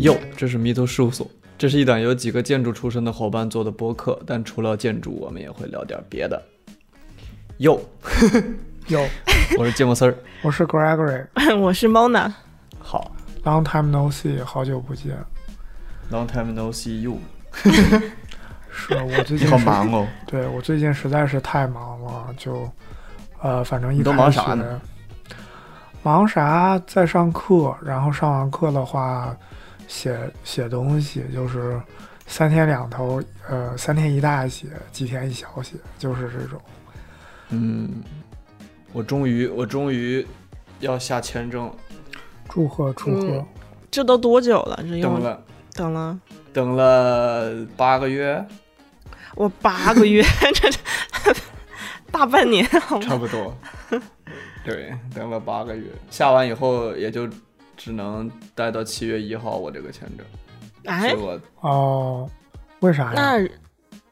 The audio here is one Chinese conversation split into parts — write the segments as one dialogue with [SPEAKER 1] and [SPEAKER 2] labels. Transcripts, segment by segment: [SPEAKER 1] 哟，这是迷途事务所，这是一档由几个建筑出身的伙伴做的播客，但除了建筑，我们也会聊点别的。哟，
[SPEAKER 2] 有，
[SPEAKER 1] 我是芥末丝儿，
[SPEAKER 2] 我是 Gregory，
[SPEAKER 3] 我是 Mona，
[SPEAKER 1] 好
[SPEAKER 2] ，Long time no see，好久不见。
[SPEAKER 1] ，long time no see you，
[SPEAKER 2] 是我最
[SPEAKER 1] 你
[SPEAKER 2] 近
[SPEAKER 1] 好
[SPEAKER 2] 是
[SPEAKER 1] 忙哦，
[SPEAKER 2] 对我最近实在是太忙了，就呃，反正一
[SPEAKER 1] 你都
[SPEAKER 2] 开
[SPEAKER 1] 忙啥
[SPEAKER 2] 学
[SPEAKER 1] 呢？
[SPEAKER 2] 忙啥？在上课，然后上完课的话，写写东西，就是三天两头，呃，三天一大写，几天一小写，就是这种。
[SPEAKER 1] 嗯，我终于，我终于要下签证了，
[SPEAKER 2] 祝贺祝贺！
[SPEAKER 3] 嗯这都多久了？这
[SPEAKER 1] 等
[SPEAKER 3] 又
[SPEAKER 1] 了
[SPEAKER 3] 等了
[SPEAKER 1] 等了八个月，
[SPEAKER 3] 我八个月， 这这大半年，好吗？
[SPEAKER 1] 差不多， 对，等了八个月，下完以后也就只能待到七月一号，我这个签证，所
[SPEAKER 3] 哎
[SPEAKER 1] 以，我
[SPEAKER 2] 哦，为啥呀？
[SPEAKER 3] 那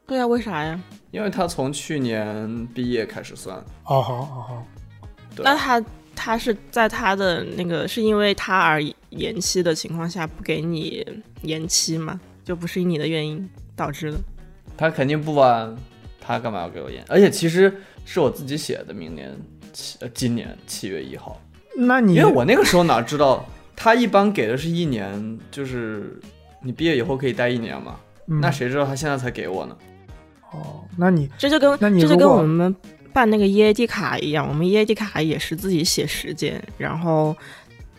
[SPEAKER 3] 对啊，为啥呀？
[SPEAKER 1] 因为他从去年毕业开始算，
[SPEAKER 2] 哦好哦好，
[SPEAKER 1] 对，啊
[SPEAKER 3] 那他他是在他的那个是因为他而延期的情况下不给你延期吗？就不是你的原因导致的。
[SPEAKER 1] 他肯定不啊，他干嘛要给我演？而且其实是我自己写的，明年七呃今年七月一号，
[SPEAKER 2] 那你
[SPEAKER 1] 因为我那个时候哪知道，他一般给的是一年，就是你毕业以后可以待一年嘛，
[SPEAKER 2] 嗯
[SPEAKER 1] 那谁知道他现在才给我呢？
[SPEAKER 2] 哦，那你
[SPEAKER 3] 这就跟
[SPEAKER 2] 那你
[SPEAKER 3] 这就
[SPEAKER 2] 如
[SPEAKER 3] 跟
[SPEAKER 2] 果
[SPEAKER 3] 我们办那个 EAD 卡一样，我们 EAD 卡也是自己写时间，然后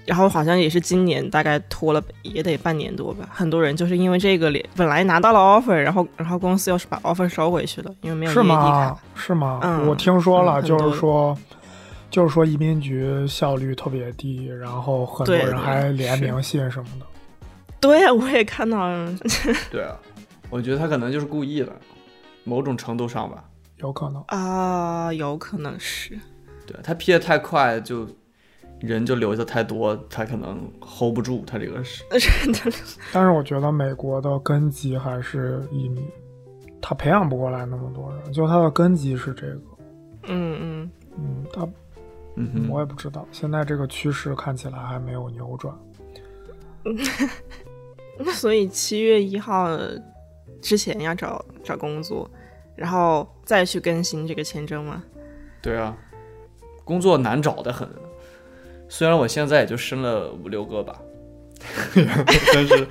[SPEAKER 3] 然后好像也是今年大概拖了也得半年多吧。很多人就是因为这个连本来拿到了 offer，然后然后公司又是把 offer 收回去了，因为没有
[SPEAKER 2] 是
[SPEAKER 3] EAD 卡
[SPEAKER 2] 吗。？是吗？
[SPEAKER 3] 嗯
[SPEAKER 2] 我听说了，
[SPEAKER 3] 嗯
[SPEAKER 2] 就
[SPEAKER 3] 很
[SPEAKER 2] 是
[SPEAKER 3] 多
[SPEAKER 2] 说，就是说移民局效率特别低，然后很多
[SPEAKER 3] 对
[SPEAKER 2] 人
[SPEAKER 3] 对
[SPEAKER 2] 还联
[SPEAKER 1] 是
[SPEAKER 2] 名信什么的。
[SPEAKER 3] 对，啊我也看到了，
[SPEAKER 1] 对啊，我觉得他可能就是故意的，某种程度上吧，
[SPEAKER 2] 有可能。
[SPEAKER 3] 啊、有可能是。
[SPEAKER 1] 对他批的太快就。人就留下太多，他可能 hold 不住他这个是
[SPEAKER 2] 但是我觉得美国的根基还是移民，他培养不过来那么多人，就他的根基是这个。
[SPEAKER 3] 嗯嗯，
[SPEAKER 2] 嗯，他
[SPEAKER 1] 嗯哼，
[SPEAKER 2] 我也不知道，现在这个趋势看起来还没有扭转。
[SPEAKER 3] 那所以七月一号之前要找找工作，然后再去更新这个签证吗？
[SPEAKER 1] 对啊，工作难找的很。虽然我现在也就申了五六个 吧，但是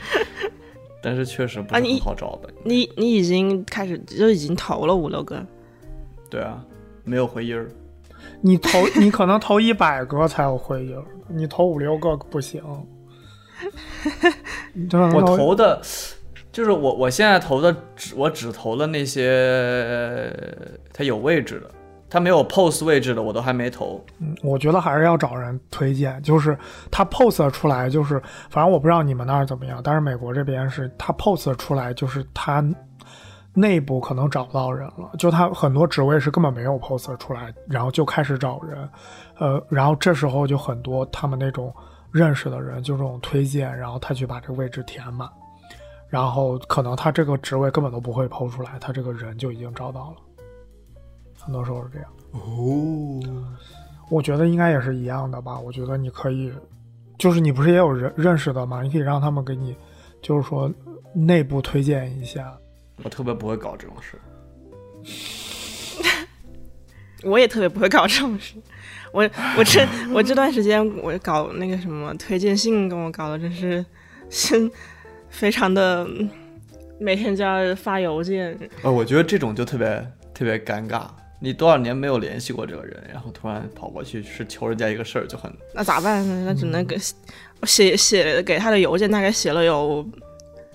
[SPEAKER 1] 但是确实不
[SPEAKER 3] 啊
[SPEAKER 1] 是
[SPEAKER 3] 你
[SPEAKER 1] 很好找的。
[SPEAKER 3] 你你已经开始就已经投了五六个，
[SPEAKER 1] 对啊，没有回音儿。
[SPEAKER 2] 你 投，你可能投一百个才有回音儿，你投五六个不 行。你这
[SPEAKER 1] 我投的，就是我我现在投的只，我只投了那些它有位置的，它没有 post 位置的我都还没投。
[SPEAKER 2] 嗯，我觉得还是要找人推荐，就是他 post 出来，就是反正我不知道你们那儿怎么样，但是美国这边是他 post 出来，就是他内部可能找不到人了，就他很多职位是根本没有 post 出来，然后就开始找人，呃，然后这时候就很多他们那种认识的人就这种推荐，然后他去把这个位置填满，然后可能他这个职位根本都不会 post 出来，他这个人就已经找到了，很多时候是这样。
[SPEAKER 1] 哦，
[SPEAKER 2] 我觉得应该也是一样的吧。我觉得你可以，就是你不是也有人认识的吗？你可以让他们给你，就是说内部推荐一下。
[SPEAKER 1] 我特别不会搞这种事。
[SPEAKER 3] 我也特别不会搞这种事。 我我这我这段时间我搞那个什么推荐信，跟我搞的真是 是非常的，嗯每天就要发邮件。
[SPEAKER 1] 呃，我觉得这种就特别特别尴尬。你多少年没有联系过这个人，然后突然跑过去是求人家一个事儿，就很
[SPEAKER 3] 那咋办呢？那只能
[SPEAKER 1] 嗯
[SPEAKER 3] 给我写写给他的邮件，大概写了有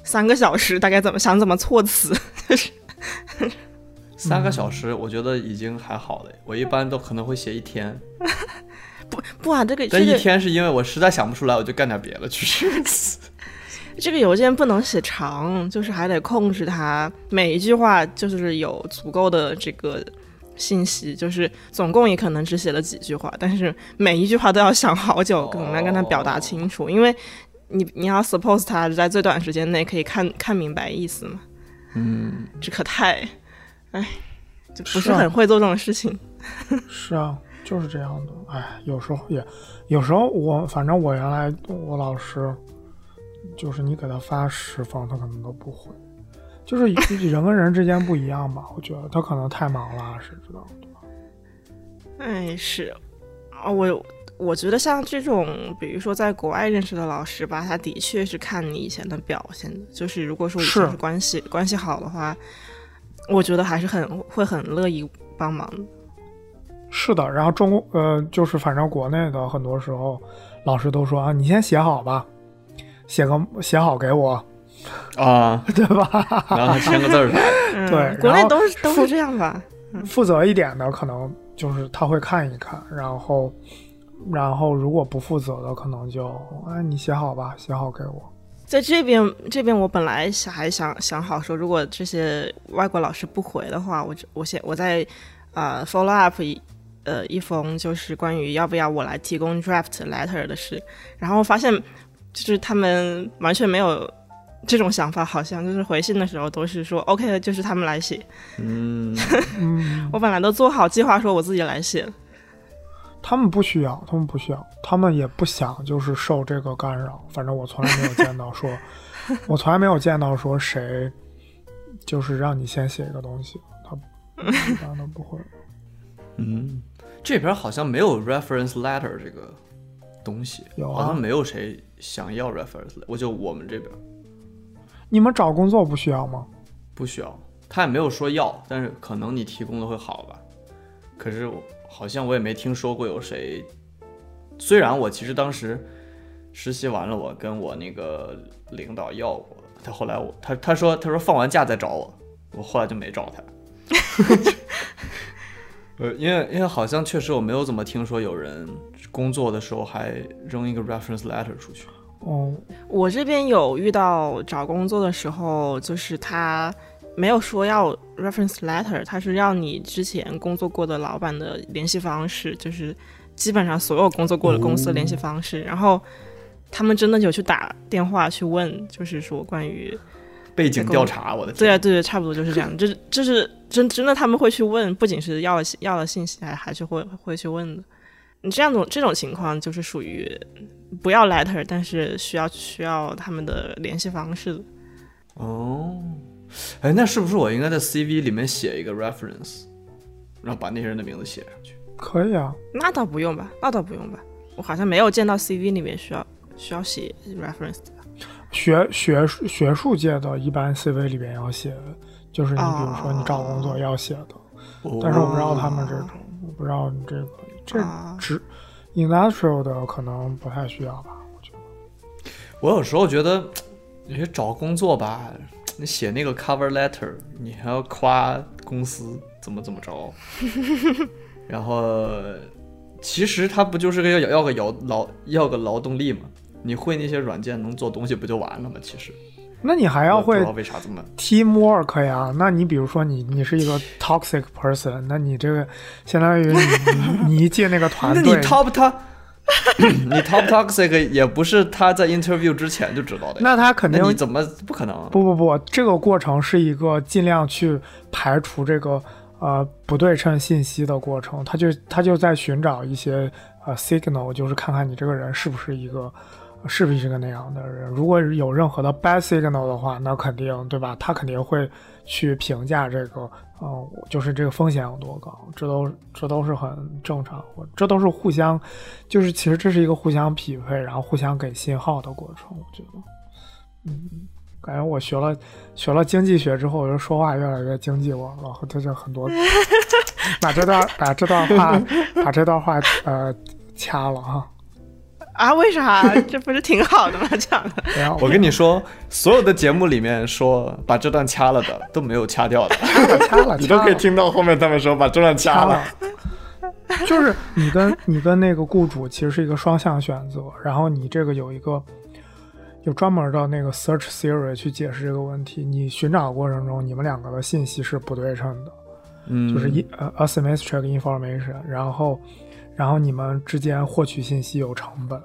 [SPEAKER 3] 三个小时，大概怎么想怎么措辞。
[SPEAKER 1] 三
[SPEAKER 2] 嗯
[SPEAKER 1] 个小时，我觉得已经还好了。我一般都可能会写一天，
[SPEAKER 3] 不啊，这个
[SPEAKER 1] 但
[SPEAKER 3] 这
[SPEAKER 1] 一
[SPEAKER 3] 个
[SPEAKER 1] 天是因为我实在想不出来，我就干点别的去。
[SPEAKER 3] 这个邮件不能写长，就是还得控制它每一句话，就是有足够的这个信息，就是总共也可能只写了几句话，但是每一句话都要想好久，怎么样跟他表达清楚，因为你你要 suppose 他在最短时间内可以看看明白意思嘛，
[SPEAKER 1] 嗯，
[SPEAKER 3] 这可太，哎，就不
[SPEAKER 2] 是
[SPEAKER 3] 是
[SPEAKER 2] 啊
[SPEAKER 3] 很会做这种事情。
[SPEAKER 2] 是啊，就是这样的。哎，有时候也，有时候我反正我原来我老师就是你给他发十封，他可能都不回。就是 人跟人之间不一样吧，我觉得他可能太忙了，啊谁知道？对吧？
[SPEAKER 3] 哎，是啊，我我觉得像这种，比如说在国外认识的老师吧，他的确是看你以前的表现的。就是如果说以前
[SPEAKER 2] 是
[SPEAKER 3] 是关系关系好的话，我觉得还是很会很乐意帮忙的。
[SPEAKER 2] 是的，然后中国呃，就是反正国内的很多时候，老师都说啊，你先写好吧，写个写好给我，
[SPEAKER 1] 啊，
[SPEAKER 2] 对吧？
[SPEAKER 1] 然后还签个字儿啥 的，
[SPEAKER 3] 嗯，
[SPEAKER 2] 对
[SPEAKER 3] 国
[SPEAKER 2] 然
[SPEAKER 3] 内
[SPEAKER 2] 后
[SPEAKER 3] 都是都
[SPEAKER 2] 父
[SPEAKER 3] 是这样吧？
[SPEAKER 2] 负责一点的可能就是他会看一看，然后然后如果不负责的，可能就啊，你写好吧，写好给我。
[SPEAKER 3] 在这边这边，我本来想还想想好说，如果这些外国老师不回的话，我就我先我再啊、呃 follow up 一呃一封就是关于要不要我来提供 draft letter 的事，然后发现就是他们完全没有这种想法，好像就是回信的时候都是说 OK，就是他们来写。
[SPEAKER 1] 嗯，
[SPEAKER 2] 嗯，
[SPEAKER 3] 我本来都做好计划说我自己来写，
[SPEAKER 2] 他们不需要，他们不需要，他们也不想就是受这个干扰。反正我从来没有见到说，我从来没有见到说谁就是让你先写一个东西，他一般都不会。
[SPEAKER 1] 嗯，这边好像没有 reference letter 这个东西，
[SPEAKER 2] 有
[SPEAKER 1] 好
[SPEAKER 2] 啊
[SPEAKER 1] 像，没有谁想要 reference，letter，我就我们这边
[SPEAKER 2] 你们找工作不需要吗？
[SPEAKER 1] 不需要，他也没有说要，但是可能你提供的会好吧。可是我好像我也没听说过有谁，虽然我其实当时实习完了，我跟我那个领导要过，他后来我他他说他说放完假再找我，我后来就没 找他。呃，因为因为好像确实我没有怎么听说有人工作的时候还扔一个 reference letter 出去。
[SPEAKER 2] 哦，
[SPEAKER 3] 我这边有遇到找工作的时候，就是他没有说要 reference letter，他是要你之前工作过的老板的联系方式，就是基本上所有工作过的公司的联系方式。然后他们真的有去打电话去问，就是说关于
[SPEAKER 1] 背景调查，我的
[SPEAKER 3] 对
[SPEAKER 1] 天！
[SPEAKER 3] 啊对
[SPEAKER 2] 嗯
[SPEAKER 3] 对，差不多就是这样。这这是真真的他们会去问，不仅是要了要了信息，还还是会会去问的。你这样种这种情况就是属于不要 letter，但是需要需要他们的联系方式的。
[SPEAKER 1] 哦，哎，那是不是我应该在 CV 里面写一个 reference，然后把那些人的名字写上去？
[SPEAKER 2] 可以啊，
[SPEAKER 3] 那倒不用吧，那倒不用吧。我好像没有见到 CV 里面需要需要写 reference 的吧？
[SPEAKER 2] 学学术学术界的一般 CV 里边要写，就是
[SPEAKER 1] 哦
[SPEAKER 2] 你比如说你找工作要写的，哦但是我不知道他们这种，我不知道你这个这
[SPEAKER 1] 哦
[SPEAKER 3] 啊
[SPEAKER 2] 只 industrial 的可能不太需要吧。我觉得
[SPEAKER 1] 我有时候觉得，有些找工作吧，你写那个 cover letter，你还要夸公司怎么怎么 着，然后其实它不就是个要要个劳劳要个劳动力吗？你会那些软件能做东西不就完了吗？其实
[SPEAKER 2] 那你还
[SPEAKER 1] 还
[SPEAKER 2] 要
[SPEAKER 1] 不
[SPEAKER 2] 会
[SPEAKER 1] 知道为啥这么
[SPEAKER 2] teamwork 呀？那你比如说你你是一个 toxic person，那你这个相当于你你你一进那个团
[SPEAKER 1] 那你
[SPEAKER 2] 队，
[SPEAKER 1] top 他，你 top toxic 也不是他在 interview 之前就知道的呀。
[SPEAKER 2] 那他肯定
[SPEAKER 1] 那你怎么不可能？啊
[SPEAKER 2] 不不不，这个过程是一个尽量去排除这个呃不对称信息的过程，他就他就在寻找一些呃 signal，就是看看你这个人是不是一个呃是不是个那样的人。如果有任何的 bad signal 的话，那肯定对吧？他肯定会去评价这个，嗯、就是这个风险有多高，这都这都是很正常，我这都是互相，就是其实这是一个互相匹配，然后互相给信号的过程，我觉得，嗯。感觉我学了学了经济学之后，我就说话越来越经济我了，后就是很多把这段把这段话把这段话呃掐了哈。
[SPEAKER 3] 啊？为啥？ 这不是挺好的吗？讲 的。
[SPEAKER 2] 不要
[SPEAKER 1] 我跟你说，所有的节目里面说把这段掐了的都没有掐掉的，
[SPEAKER 2] 掐了掐 了，
[SPEAKER 1] 你都可以
[SPEAKER 2] 掐了
[SPEAKER 1] 听到后面他们说把这段掐
[SPEAKER 2] 掐
[SPEAKER 1] 了。。
[SPEAKER 2] 就是你跟你跟那个雇主其实是一个双向选择，然后你这个有一个有专门的那个 search theory 去解释这个问题。你寻找过程中，你们两个的信息是不对称的，
[SPEAKER 1] 嗯，
[SPEAKER 2] 就是一呃 asymmetric information，然后然后你们之间获取信息有成本，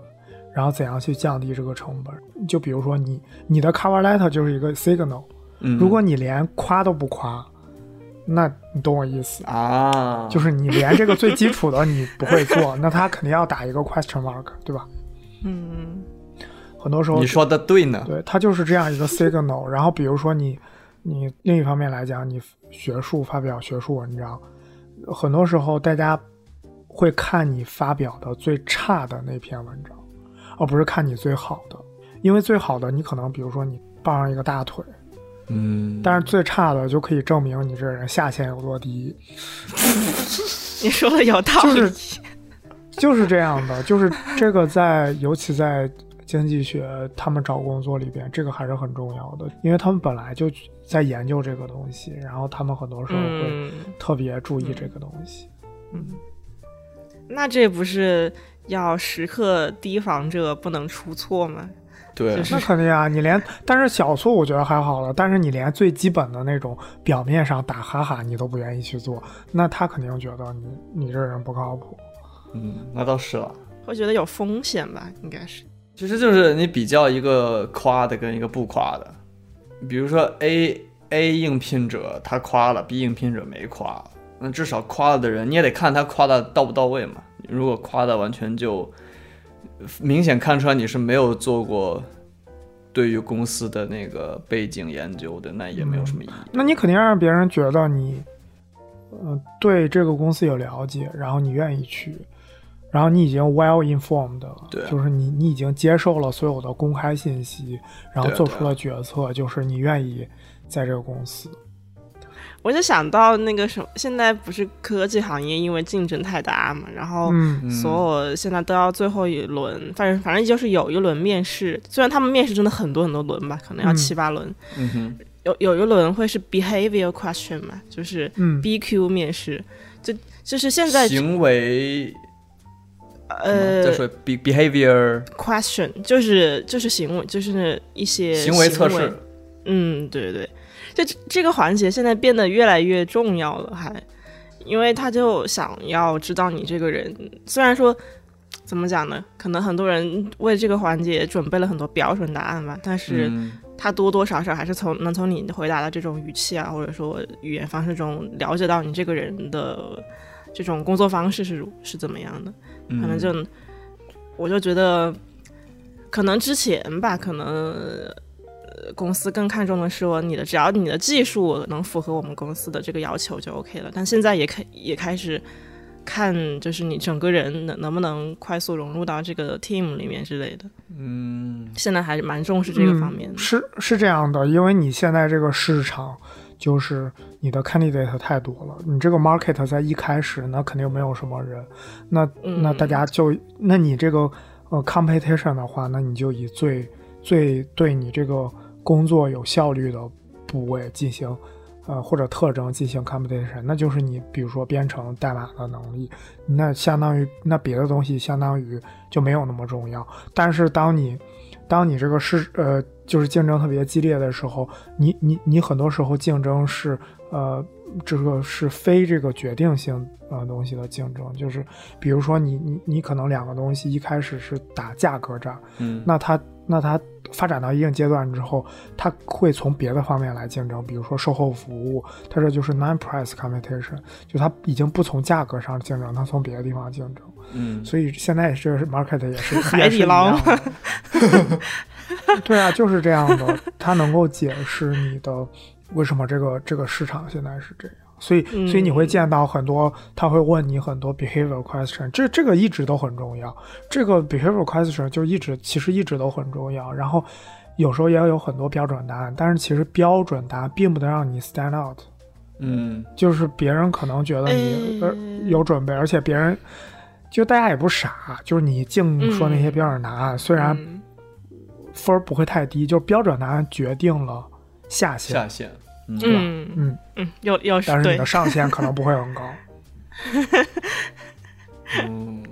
[SPEAKER 2] 然后怎样去降低这个成本？就比如说你你的 cover letter 就是一个 signal，
[SPEAKER 1] 嗯
[SPEAKER 2] 如果你连夸都不夸，那你懂我意思，
[SPEAKER 1] 啊，
[SPEAKER 2] 就是你连这个最基础的你不会做，那他肯定要打一个 question mark，对吧？
[SPEAKER 3] 嗯，
[SPEAKER 2] 很多时候
[SPEAKER 1] 你说的对呢，
[SPEAKER 2] 对，它就是这样一个 signal。然后比如说你，你另一方面来讲，你学术发表学术文章，很多时候大家会看你发表的最差的那篇文章，而不是看你最好的，因为最好的你可能比如说你抱上一个大腿，
[SPEAKER 1] 嗯，
[SPEAKER 2] 但是最差的就可以证明你这个人下限有多低，
[SPEAKER 3] 你说的有道理。
[SPEAKER 2] 就是就是这样的，就是这个在尤其在经济学他们找工作里边，这个还是很重要的，因为他们本来就在研究这个东西，然后他们很多时候会
[SPEAKER 3] 嗯，
[SPEAKER 2] 特别注意这个东西。
[SPEAKER 3] 那这不是要时刻提防着不能出错吗？
[SPEAKER 1] 对
[SPEAKER 3] 就，是
[SPEAKER 2] 那肯定啊，你连但是小错我觉得还好了，但是你连最基本的那种表面上打哈哈你都不愿意去做，那他肯定觉得你你这人不靠谱。
[SPEAKER 1] 嗯，那倒是了。
[SPEAKER 3] 会觉得有风险吧？应该是。
[SPEAKER 1] 其实就是你比较一个夸的跟一个不夸的，比如说 A A 应聘者他夸了，B 应聘者没夸，那至少夸了的人你也得看他夸的到不到位嘛。如果夸的完全就明显看出来你是没有做过对于公司的那个背景研究的，那也没有什么意义。
[SPEAKER 2] 那你肯定让别人觉得你，嗯、对这个公司有了解，然后你愿意去，然后你已经 well informed 了，
[SPEAKER 1] 对啊
[SPEAKER 2] 就是你你已经接受了所有的公开信息，然后
[SPEAKER 1] 对啊
[SPEAKER 2] 做
[SPEAKER 1] 对啊
[SPEAKER 2] 出了决策，就是你愿意在这个公司。
[SPEAKER 3] 我就想到那个什么，现在不是科技行业因为竞争太大嘛，然后
[SPEAKER 2] 嗯，
[SPEAKER 3] 所有现在都要最后一轮，反正反正就是有一轮面试，虽然他们面试真的很多很多轮吧，可能要
[SPEAKER 2] 嗯
[SPEAKER 3] 七八轮，
[SPEAKER 1] 嗯哼，
[SPEAKER 3] 有有一轮会是 behavior question 嘛，就是
[SPEAKER 2] 嗯
[SPEAKER 3] BQ 面试，就就是现在
[SPEAKER 1] 行为嗯
[SPEAKER 3] 呃
[SPEAKER 1] 再说 be behavior
[SPEAKER 3] question 就是就是行为就是一些
[SPEAKER 1] 行为测试，
[SPEAKER 3] 嗯，对对，对，这这个环节现在变得越来越重要了，还，因为他就想要知道你这个人，虽然说怎么讲呢，可能很多人为这个环节准备了很多标准答案吧，但是
[SPEAKER 1] 嗯
[SPEAKER 3] 他多多少少还是从能从你回答的这种语气啊，或者说语言方式中了解到你这个人的这种工作方式是如是怎么样的。
[SPEAKER 1] 嗯
[SPEAKER 3] 可能就我就觉得，可能之前吧，可能、呃公司更看重的是说你的，只要你的技术能符合我们公司的这个要求就 OK 了。但现在也开也开始看，就是你整个人能能不能快速融入到这个 team 里面之类的。
[SPEAKER 1] 嗯。
[SPEAKER 3] 现在还是蛮重视这个方面的
[SPEAKER 2] 嗯、。是是这样的，因为你现在这个市场就是你的 candidate 太多了，你这个 market 在一开始那肯定没有什么人，那
[SPEAKER 3] 嗯
[SPEAKER 2] 那大家就，那你这个呃 competition 的话，那你就以最最对你这个工作有效率的部位进行。呃，或者特征进行 competition，那就是你比如说编程代码的能力，那相当于那别的东西相当于就没有那么重要。但是当你当你这个市呃就是竞争特别激烈的时候，你你你很多时候竞争是呃这个是非这个决定性呃东西的竞争，就是比如说你你你可能两个东西一开始是打价格战，
[SPEAKER 1] 嗯
[SPEAKER 2] 那它那它发展到一定阶段之后，它会从别的方面来竞争，比如说售后服务，它这就是 non-price competition，就它已经不从价格上竞争，它从别的地方竞争。
[SPEAKER 1] 嗯，
[SPEAKER 2] 所以现在这个 market 也是
[SPEAKER 3] 海底捞
[SPEAKER 2] 也是一样的 对啊，就是这样的，它能够解释你的为什么这个这个市场现在是这样。所以，
[SPEAKER 3] 嗯
[SPEAKER 2] 所以你会见到很多，他会问你很多 behavior question，这这个一直都很重要。这个 behavior question 就一直其实一直都很重要。然后，有时候也有很多标准答案，但是其实标准答案并不能让你 stand out。
[SPEAKER 1] 嗯，
[SPEAKER 2] 就是别人可能觉得你
[SPEAKER 3] 哎
[SPEAKER 2] 呃有准备，而且别人就大家也不傻，就是你净说那些标准答案，虽然
[SPEAKER 3] 嗯
[SPEAKER 2] 分儿不会太低，就是标准答案决定了下限，
[SPEAKER 1] 下线，嗯
[SPEAKER 3] 嗯
[SPEAKER 2] 嗯，
[SPEAKER 3] 嗯，又又是
[SPEAKER 2] 但是你
[SPEAKER 3] 对
[SPEAKER 2] 的，上限可能不会很高。
[SPEAKER 1] 嗯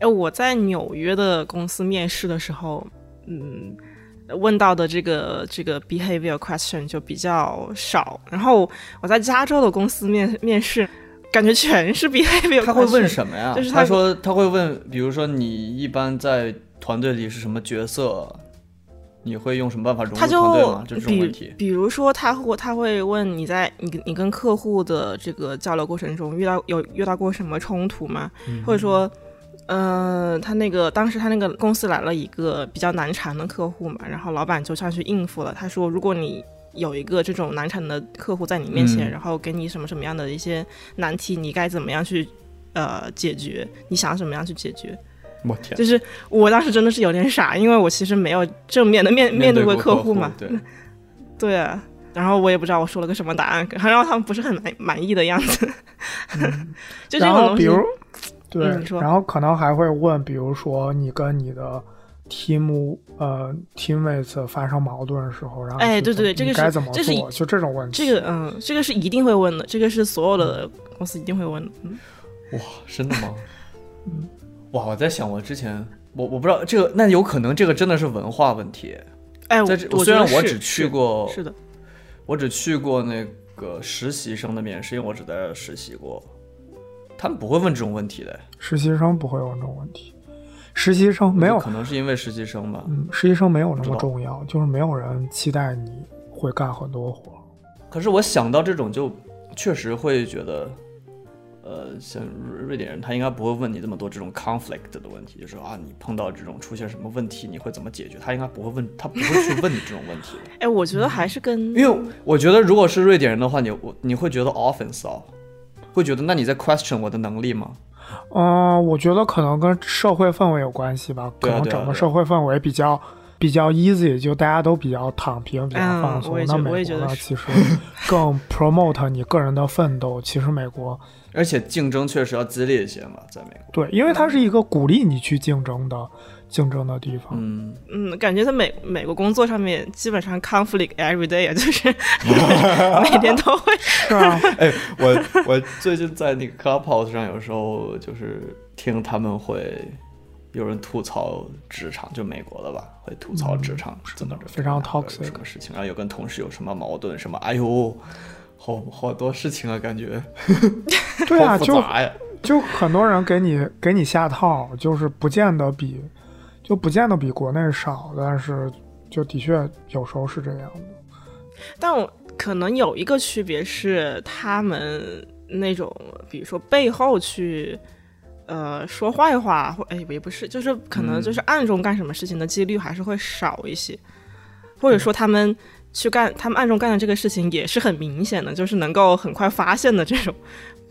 [SPEAKER 3] 哎，我在纽约的公司面试的时候，嗯，问到的这个这个 behavior question 就比较少。然后我在加州的公司面面试，感觉全是 behavior question。
[SPEAKER 1] 他会问什么呀？
[SPEAKER 3] 就是
[SPEAKER 1] 他
[SPEAKER 3] 他
[SPEAKER 1] 说他会问，比如说你一般在团队里是什么角色？你会用什么办法融入
[SPEAKER 3] 他
[SPEAKER 1] 团
[SPEAKER 3] 就
[SPEAKER 1] 队吗？就这种
[SPEAKER 3] 比
[SPEAKER 1] 问题。
[SPEAKER 3] 比如说他会他会问你在你跟你跟客
[SPEAKER 1] 嗯
[SPEAKER 3] 户的这个交流过程中遇到有遇到过什么冲突吗？或者说呃，他那个当时他那个公司来了一个比较难缠的客户嘛，然后老板就上去应付了。他说，如果你有一个这种难缠的客户在你面前，
[SPEAKER 1] 嗯
[SPEAKER 3] 然后给你什么什么样的一些难题，你该怎么样去呃解决？你想怎么样去解决？
[SPEAKER 1] 我天，
[SPEAKER 3] 就是我当时真的是有点傻，因为我其实没有正面的面
[SPEAKER 1] 面
[SPEAKER 3] 对过
[SPEAKER 1] 客
[SPEAKER 3] 户嘛，
[SPEAKER 1] 对，
[SPEAKER 3] 对啊，然后我也不知道我说了个什么答案，还让他们不是很满满意的样子。就
[SPEAKER 2] 嗯然
[SPEAKER 3] 这种
[SPEAKER 2] 后
[SPEAKER 3] 东
[SPEAKER 2] 比
[SPEAKER 3] 西，
[SPEAKER 2] 如对，
[SPEAKER 3] 嗯你说
[SPEAKER 2] 然后可能还会问，比如说你跟你的 team 呃 teammates 发生矛盾的时候，然后
[SPEAKER 3] 哎
[SPEAKER 2] 你
[SPEAKER 3] 对
[SPEAKER 2] 怎么
[SPEAKER 3] 对这个
[SPEAKER 2] 你
[SPEAKER 3] 是
[SPEAKER 2] 该怎么
[SPEAKER 3] 这是
[SPEAKER 2] 做？就这种问题，
[SPEAKER 3] 这个嗯，这个是一定会问的，这个是所有的公司一定会问的。嗯
[SPEAKER 1] 哇，真的吗？嗯哇，我在想，我之前我我不知道这个，那有可能这个真的是文化问题。
[SPEAKER 3] 哎，
[SPEAKER 1] 在这
[SPEAKER 3] 我
[SPEAKER 1] 虽然
[SPEAKER 3] 觉得
[SPEAKER 1] 我
[SPEAKER 3] 是
[SPEAKER 1] 只去
[SPEAKER 3] 是
[SPEAKER 1] 过，
[SPEAKER 3] 是的，
[SPEAKER 1] 我只去过那个实习生的面试，因为我只在这儿实习过，他们不会问这种问题的。
[SPEAKER 2] 实习生不会有这种问题，实习生没有
[SPEAKER 1] 可能是因为实习生吧。
[SPEAKER 2] 嗯，实习生没有那
[SPEAKER 1] 知
[SPEAKER 2] 么
[SPEAKER 1] 道
[SPEAKER 2] 重要，就是没有人期待你会干很多活。
[SPEAKER 1] 可是我想到这种，就确实会觉得，呃，像瑞瑞典人，他应该不会问你这么多这种 conflict 的问题，就是说啊，你碰到这种出现什么问题，你会怎么解决？他应该不会问，他不会去问你这种问题的。
[SPEAKER 3] 哎，我觉得还是跟
[SPEAKER 1] 因为我觉得，如果是瑞典人的话，你我你会觉得 offense 啊，会觉得那你在 question 我的能力吗？
[SPEAKER 2] 嗯、我觉得可能跟社会氛围有关系吧，可
[SPEAKER 1] 对啊
[SPEAKER 2] 能
[SPEAKER 1] 对啊
[SPEAKER 2] 整
[SPEAKER 1] 对啊
[SPEAKER 2] 个社会氛围比较比较 easy，就大家都比较躺平，比较
[SPEAKER 3] 嗯
[SPEAKER 2] 放松。
[SPEAKER 3] 我也觉
[SPEAKER 2] 那
[SPEAKER 3] 得我
[SPEAKER 2] 美
[SPEAKER 3] 也觉
[SPEAKER 2] 国
[SPEAKER 3] 得
[SPEAKER 2] 呢，
[SPEAKER 3] 是
[SPEAKER 2] 其实 更 promote 你个人的奋斗。其实美国
[SPEAKER 1] 而且竞争确实要激烈一些嘛，在美国。
[SPEAKER 2] 对，因为它是一个鼓励你去竞争的竞争的地方。
[SPEAKER 1] 嗯，
[SPEAKER 3] 嗯，感觉在美美国工作上面，基本上 conflict every day 啊，就是 每天都会。
[SPEAKER 2] 是啊，
[SPEAKER 1] 哎， 我我最近在那个 Clubhouse 上，有时候就是听他们会有人吐槽职场，就美国的吧，会吐槽职场怎么着、
[SPEAKER 2] 嗯非常
[SPEAKER 1] 怎么着
[SPEAKER 2] toxic
[SPEAKER 1] 什么事情，然后有跟同事有什么矛盾，什么哎呦，好好多事情啊，感觉
[SPEAKER 2] 对啊，
[SPEAKER 1] 好复
[SPEAKER 2] 就
[SPEAKER 1] 杂呀。
[SPEAKER 2] 就很多人给你给你下套，就是不见得比，就不见得比国内少，但是就的确有时候是这样的。
[SPEAKER 3] 但我可能有一个区别是，他们那种比如说背后去呃说坏话，或哎也不是，就是可能
[SPEAKER 1] 嗯
[SPEAKER 3] 就是暗中干什么事情的几率还是会少一些，或者说他们。去干他们暗中干的这个事情也是很明显的，就是能够很快发现的这种，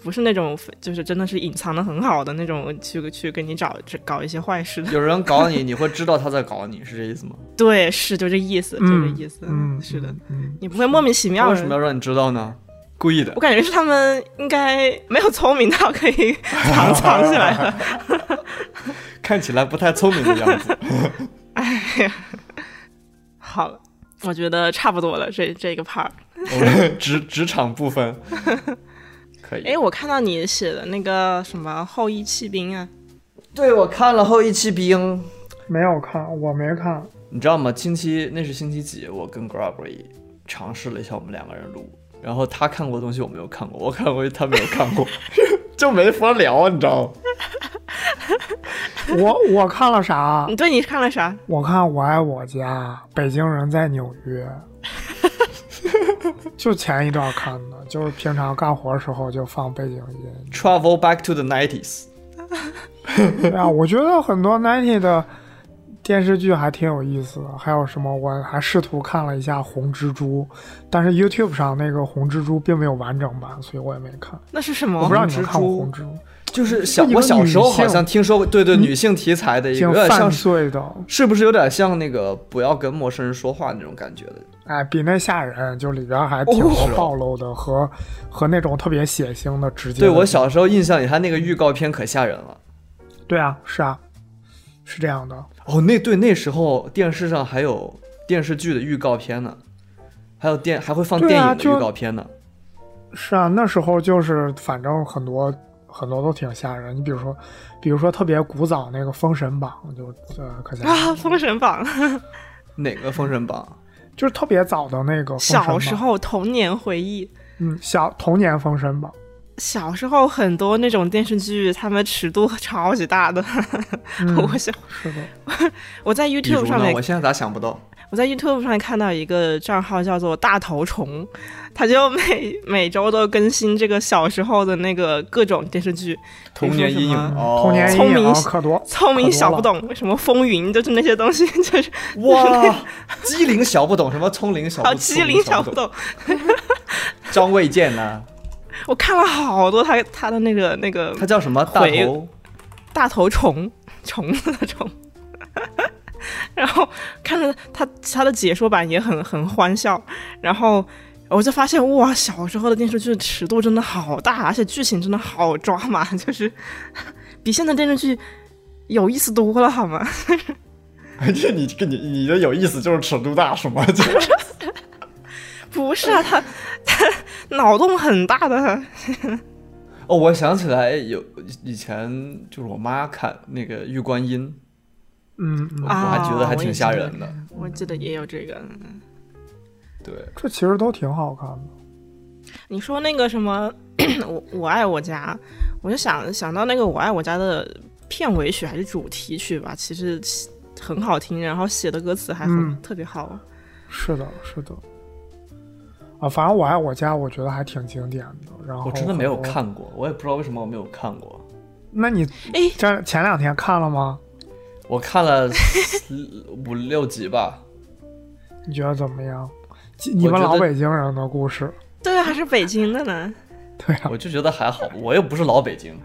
[SPEAKER 3] 不是那种就是真的是隐藏的很好的那种去去跟你找搞一些坏事的。
[SPEAKER 1] 有人搞你，你会知道他在搞你，是这意思吗？
[SPEAKER 3] 对，是就这意思，就这意思。
[SPEAKER 2] 嗯，
[SPEAKER 3] 是的，
[SPEAKER 2] 嗯，
[SPEAKER 3] 你不会莫名其妙
[SPEAKER 1] 为
[SPEAKER 3] 的
[SPEAKER 1] 什么要让你知道呢？故意的
[SPEAKER 3] 我。感觉是他们应该没有聪明到可以藏藏起来的。
[SPEAKER 1] 看起来不太聪明的样子。
[SPEAKER 3] 好了，我觉得差不多了，这这个 part。
[SPEAKER 1] 我们 职职场部分 可以。
[SPEAKER 3] 哎，我看到你写的那个什么后羿弃兵啊，
[SPEAKER 1] 对，我看了后羿弃兵，
[SPEAKER 2] 嗯没有看，我没看。
[SPEAKER 1] 你知道吗？星期那是星期几？我跟 Gregory 尝试了一下，我们两个人录，然后他看过的东西我没有看过，我看过他没有看 过，就没法聊，你知道吗？
[SPEAKER 2] 我我看了啥
[SPEAKER 3] 你？对你看了啥？
[SPEAKER 2] 我看《我爱我家》，北京人在纽 约。就前一段看的，就是平常干活的时候就放背景音。
[SPEAKER 1] Travel back to the nineties。
[SPEAKER 2] 对啊，我觉得很多 Nike 的电视剧还挺有意思的，还有什么我还试图看了一下《红蜘蛛》，但是 YouTube 上那个《红蜘蛛》并没有完整版，所以我也没看。
[SPEAKER 3] 那是什
[SPEAKER 2] 我不
[SPEAKER 3] 么
[SPEAKER 2] 知？道你们看过《红
[SPEAKER 1] 哦红
[SPEAKER 2] 蜘蛛
[SPEAKER 1] 就是小
[SPEAKER 2] 一个
[SPEAKER 1] 我小时候
[SPEAKER 2] 女性
[SPEAKER 1] 好像听说过，对对，女性题材的》，一个，
[SPEAKER 2] 挺
[SPEAKER 1] 有点
[SPEAKER 2] 犯
[SPEAKER 1] 像是
[SPEAKER 2] 罪的，
[SPEAKER 1] 是不是有点像那个不要跟陌生人说话那种感觉的？
[SPEAKER 2] 哎，比那吓人，就里边还挺
[SPEAKER 1] 哦
[SPEAKER 2] 多
[SPEAKER 1] 是
[SPEAKER 2] 暴露的和和那种特别血腥的直接
[SPEAKER 1] 对
[SPEAKER 2] 的。
[SPEAKER 1] 我小时候印象里，他那个预告片可吓人了。
[SPEAKER 2] 对啊，是啊，是这样的。
[SPEAKER 1] 哦，那对那时候电视上还有电视剧的预告片呢，还有电还会放
[SPEAKER 2] 对
[SPEAKER 1] 电
[SPEAKER 2] 啊
[SPEAKER 1] 影的
[SPEAKER 2] 就
[SPEAKER 1] 预告片呢。
[SPEAKER 2] 是啊，那时候就是反正很多很多都挺吓人。你比如说，比如说特别古早那个《封神榜》就，呃可吓人
[SPEAKER 3] 啊，《
[SPEAKER 2] 了，
[SPEAKER 3] 封神榜》
[SPEAKER 1] 哪个《封神榜
[SPEAKER 2] 就是特别早的那个《封神榜
[SPEAKER 3] 小时，候童年回忆。
[SPEAKER 2] 嗯，小童年《封神榜
[SPEAKER 3] 小时候很多那种电视剧，他们尺度超级大的。》
[SPEAKER 2] 嗯，
[SPEAKER 3] 我小
[SPEAKER 2] 是的，
[SPEAKER 3] 我在》
[SPEAKER 1] 比如
[SPEAKER 3] YouTube 上
[SPEAKER 1] 呢？
[SPEAKER 3] 面
[SPEAKER 1] 我现在咋想不到？
[SPEAKER 3] 我在 YouTube 上看到一个账号叫做“大头虫”，他就每每周都更新这个小时候的那个各种电视剧，
[SPEAKER 1] 童年阴
[SPEAKER 3] 比如
[SPEAKER 1] 影
[SPEAKER 3] 说什么
[SPEAKER 1] 哦，
[SPEAKER 2] 童年阴
[SPEAKER 3] 聪
[SPEAKER 2] 影啊
[SPEAKER 3] 明
[SPEAKER 2] 可多，
[SPEAKER 3] 聪明小不懂，什么风云，就是那些东西， 就是
[SPEAKER 1] 哇，机灵小不懂什么聪灵小不
[SPEAKER 3] 好
[SPEAKER 1] 懂，
[SPEAKER 3] 机灵小
[SPEAKER 1] 不
[SPEAKER 3] 不，懂。
[SPEAKER 1] 张卫健呐，
[SPEAKER 3] 我看了好多他他的那个那个
[SPEAKER 1] 他叫什么大
[SPEAKER 3] 回
[SPEAKER 1] 头？
[SPEAKER 3] 大头虫 虫子的虫， 然后看着他他的解说版也很很欢笑，然后我就发现哇，小时候的电视剧尺度真的好大，而且剧情真的好抓马， 就是比现在电视剧有意思多了，好吗？
[SPEAKER 1] 这你这你你的有意思就是尺度大是吗？
[SPEAKER 3] 不是啊，他他脑洞很大的，
[SPEAKER 1] 哦，我想起来有以前就是我妈看那个《玉观音
[SPEAKER 2] 嗯嗯，》，
[SPEAKER 3] 啊
[SPEAKER 1] 我还觉得还
[SPEAKER 3] 我也
[SPEAKER 1] 挺
[SPEAKER 3] 记
[SPEAKER 1] 吓
[SPEAKER 3] 得
[SPEAKER 1] 人的。
[SPEAKER 3] 我记得也有这个。
[SPEAKER 1] 对，
[SPEAKER 2] 这其实都挺好看的。
[SPEAKER 3] 你说那个什么，我我爱我家，我就想想到那个我爱我家的片尾曲还是主题曲吧，其实很好听，然后写的歌词还很、
[SPEAKER 2] 嗯
[SPEAKER 3] 特别好。
[SPEAKER 2] 是的，是的。啊，反正我爱我家，我觉得还挺经典的。然后
[SPEAKER 1] 我真的没有
[SPEAKER 2] 很多。
[SPEAKER 1] 看过，我也不知道为什么我没有看过。
[SPEAKER 2] 那你
[SPEAKER 3] 哎，
[SPEAKER 2] 这前两天看了吗？
[SPEAKER 1] 我看了四五六集吧，
[SPEAKER 2] 你觉得怎么样？你
[SPEAKER 1] 我
[SPEAKER 2] 们
[SPEAKER 1] 觉
[SPEAKER 2] 老
[SPEAKER 1] 得
[SPEAKER 2] 北京人的故事，
[SPEAKER 3] 对啊，还是北京的呢。
[SPEAKER 2] 对 啊，
[SPEAKER 1] 我就觉得还好，我又不是老北京。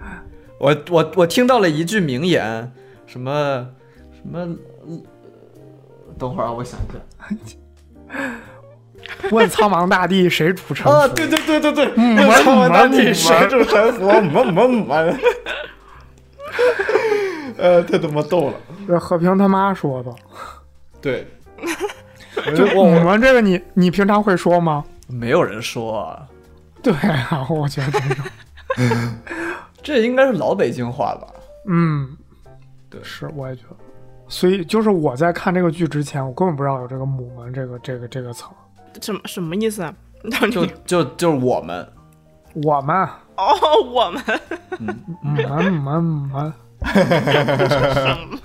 [SPEAKER 1] 我我我听到了一句名言，什么什么，嗯等会儿啊，我想一下。
[SPEAKER 2] 问苍茫大地谁主沉浮？
[SPEAKER 1] 啊，对对对对对，
[SPEAKER 2] 嗯
[SPEAKER 1] 那
[SPEAKER 2] 门
[SPEAKER 1] 苍
[SPEAKER 2] 门
[SPEAKER 1] 门大
[SPEAKER 2] 门
[SPEAKER 1] 地谁 主沉浮？么么么，呃，太他妈逗了。
[SPEAKER 2] 这和平他妈 说的。
[SPEAKER 1] 对，
[SPEAKER 2] 就
[SPEAKER 1] 就
[SPEAKER 2] 你
[SPEAKER 1] 我
[SPEAKER 2] 们这个你，你平常会说吗？
[SPEAKER 1] 没有人说啊，
[SPEAKER 2] 对啊， 我觉得，
[SPEAKER 1] 这应该是老北京话吧？
[SPEAKER 2] 嗯，
[SPEAKER 1] 对
[SPEAKER 2] 是，我也觉得。所以就是我在看这个剧之前，我根本不知道有这个“母门”这个这个这个词儿。
[SPEAKER 3] 什么什么意思啊？ 到
[SPEAKER 1] 就
[SPEAKER 3] 底
[SPEAKER 1] 就就是我们，
[SPEAKER 2] 我们，
[SPEAKER 3] 哦，我们
[SPEAKER 2] 嗯们们们，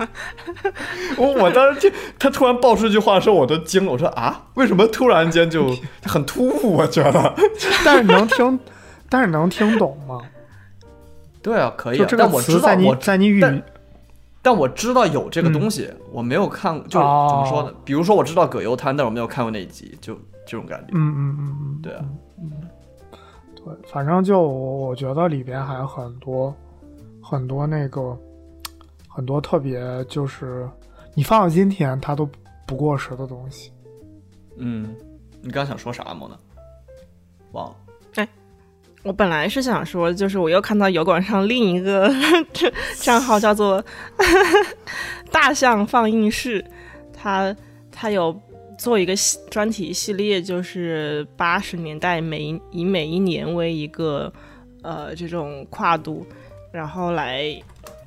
[SPEAKER 1] 我我当时听他突然爆出这句话的时候，我都惊了，我说啊，为什么突然间 就很突兀？我觉得。
[SPEAKER 2] 但是能听，但是能听懂 吗？
[SPEAKER 1] 对啊，可以、
[SPEAKER 2] 就
[SPEAKER 1] 啊，
[SPEAKER 2] 这个
[SPEAKER 1] 但我
[SPEAKER 2] 词
[SPEAKER 1] 知
[SPEAKER 2] 在
[SPEAKER 1] 道
[SPEAKER 2] 你
[SPEAKER 1] 我
[SPEAKER 2] 在你语
[SPEAKER 1] 但但我知道有这个东西，我没有看，就是怎
[SPEAKER 2] 哦
[SPEAKER 1] 么说呢？比如说我知道葛优瘫，但我没有看过那一集，就这种感觉。
[SPEAKER 2] 嗯嗯嗯嗯，
[SPEAKER 1] 对啊，
[SPEAKER 2] 对，反正就我觉得里边还有很多很多那个很多特别，就是你放到今天它都不过时的东西。
[SPEAKER 1] 嗯，你刚想说啥么呢？忘了。
[SPEAKER 3] 我本来是想说，就是我又看到油管上另一个 这账号叫做大象放映室，它它有做一个系专题系列，就是八十年代每一以每一年为一个呃这种跨度，然后来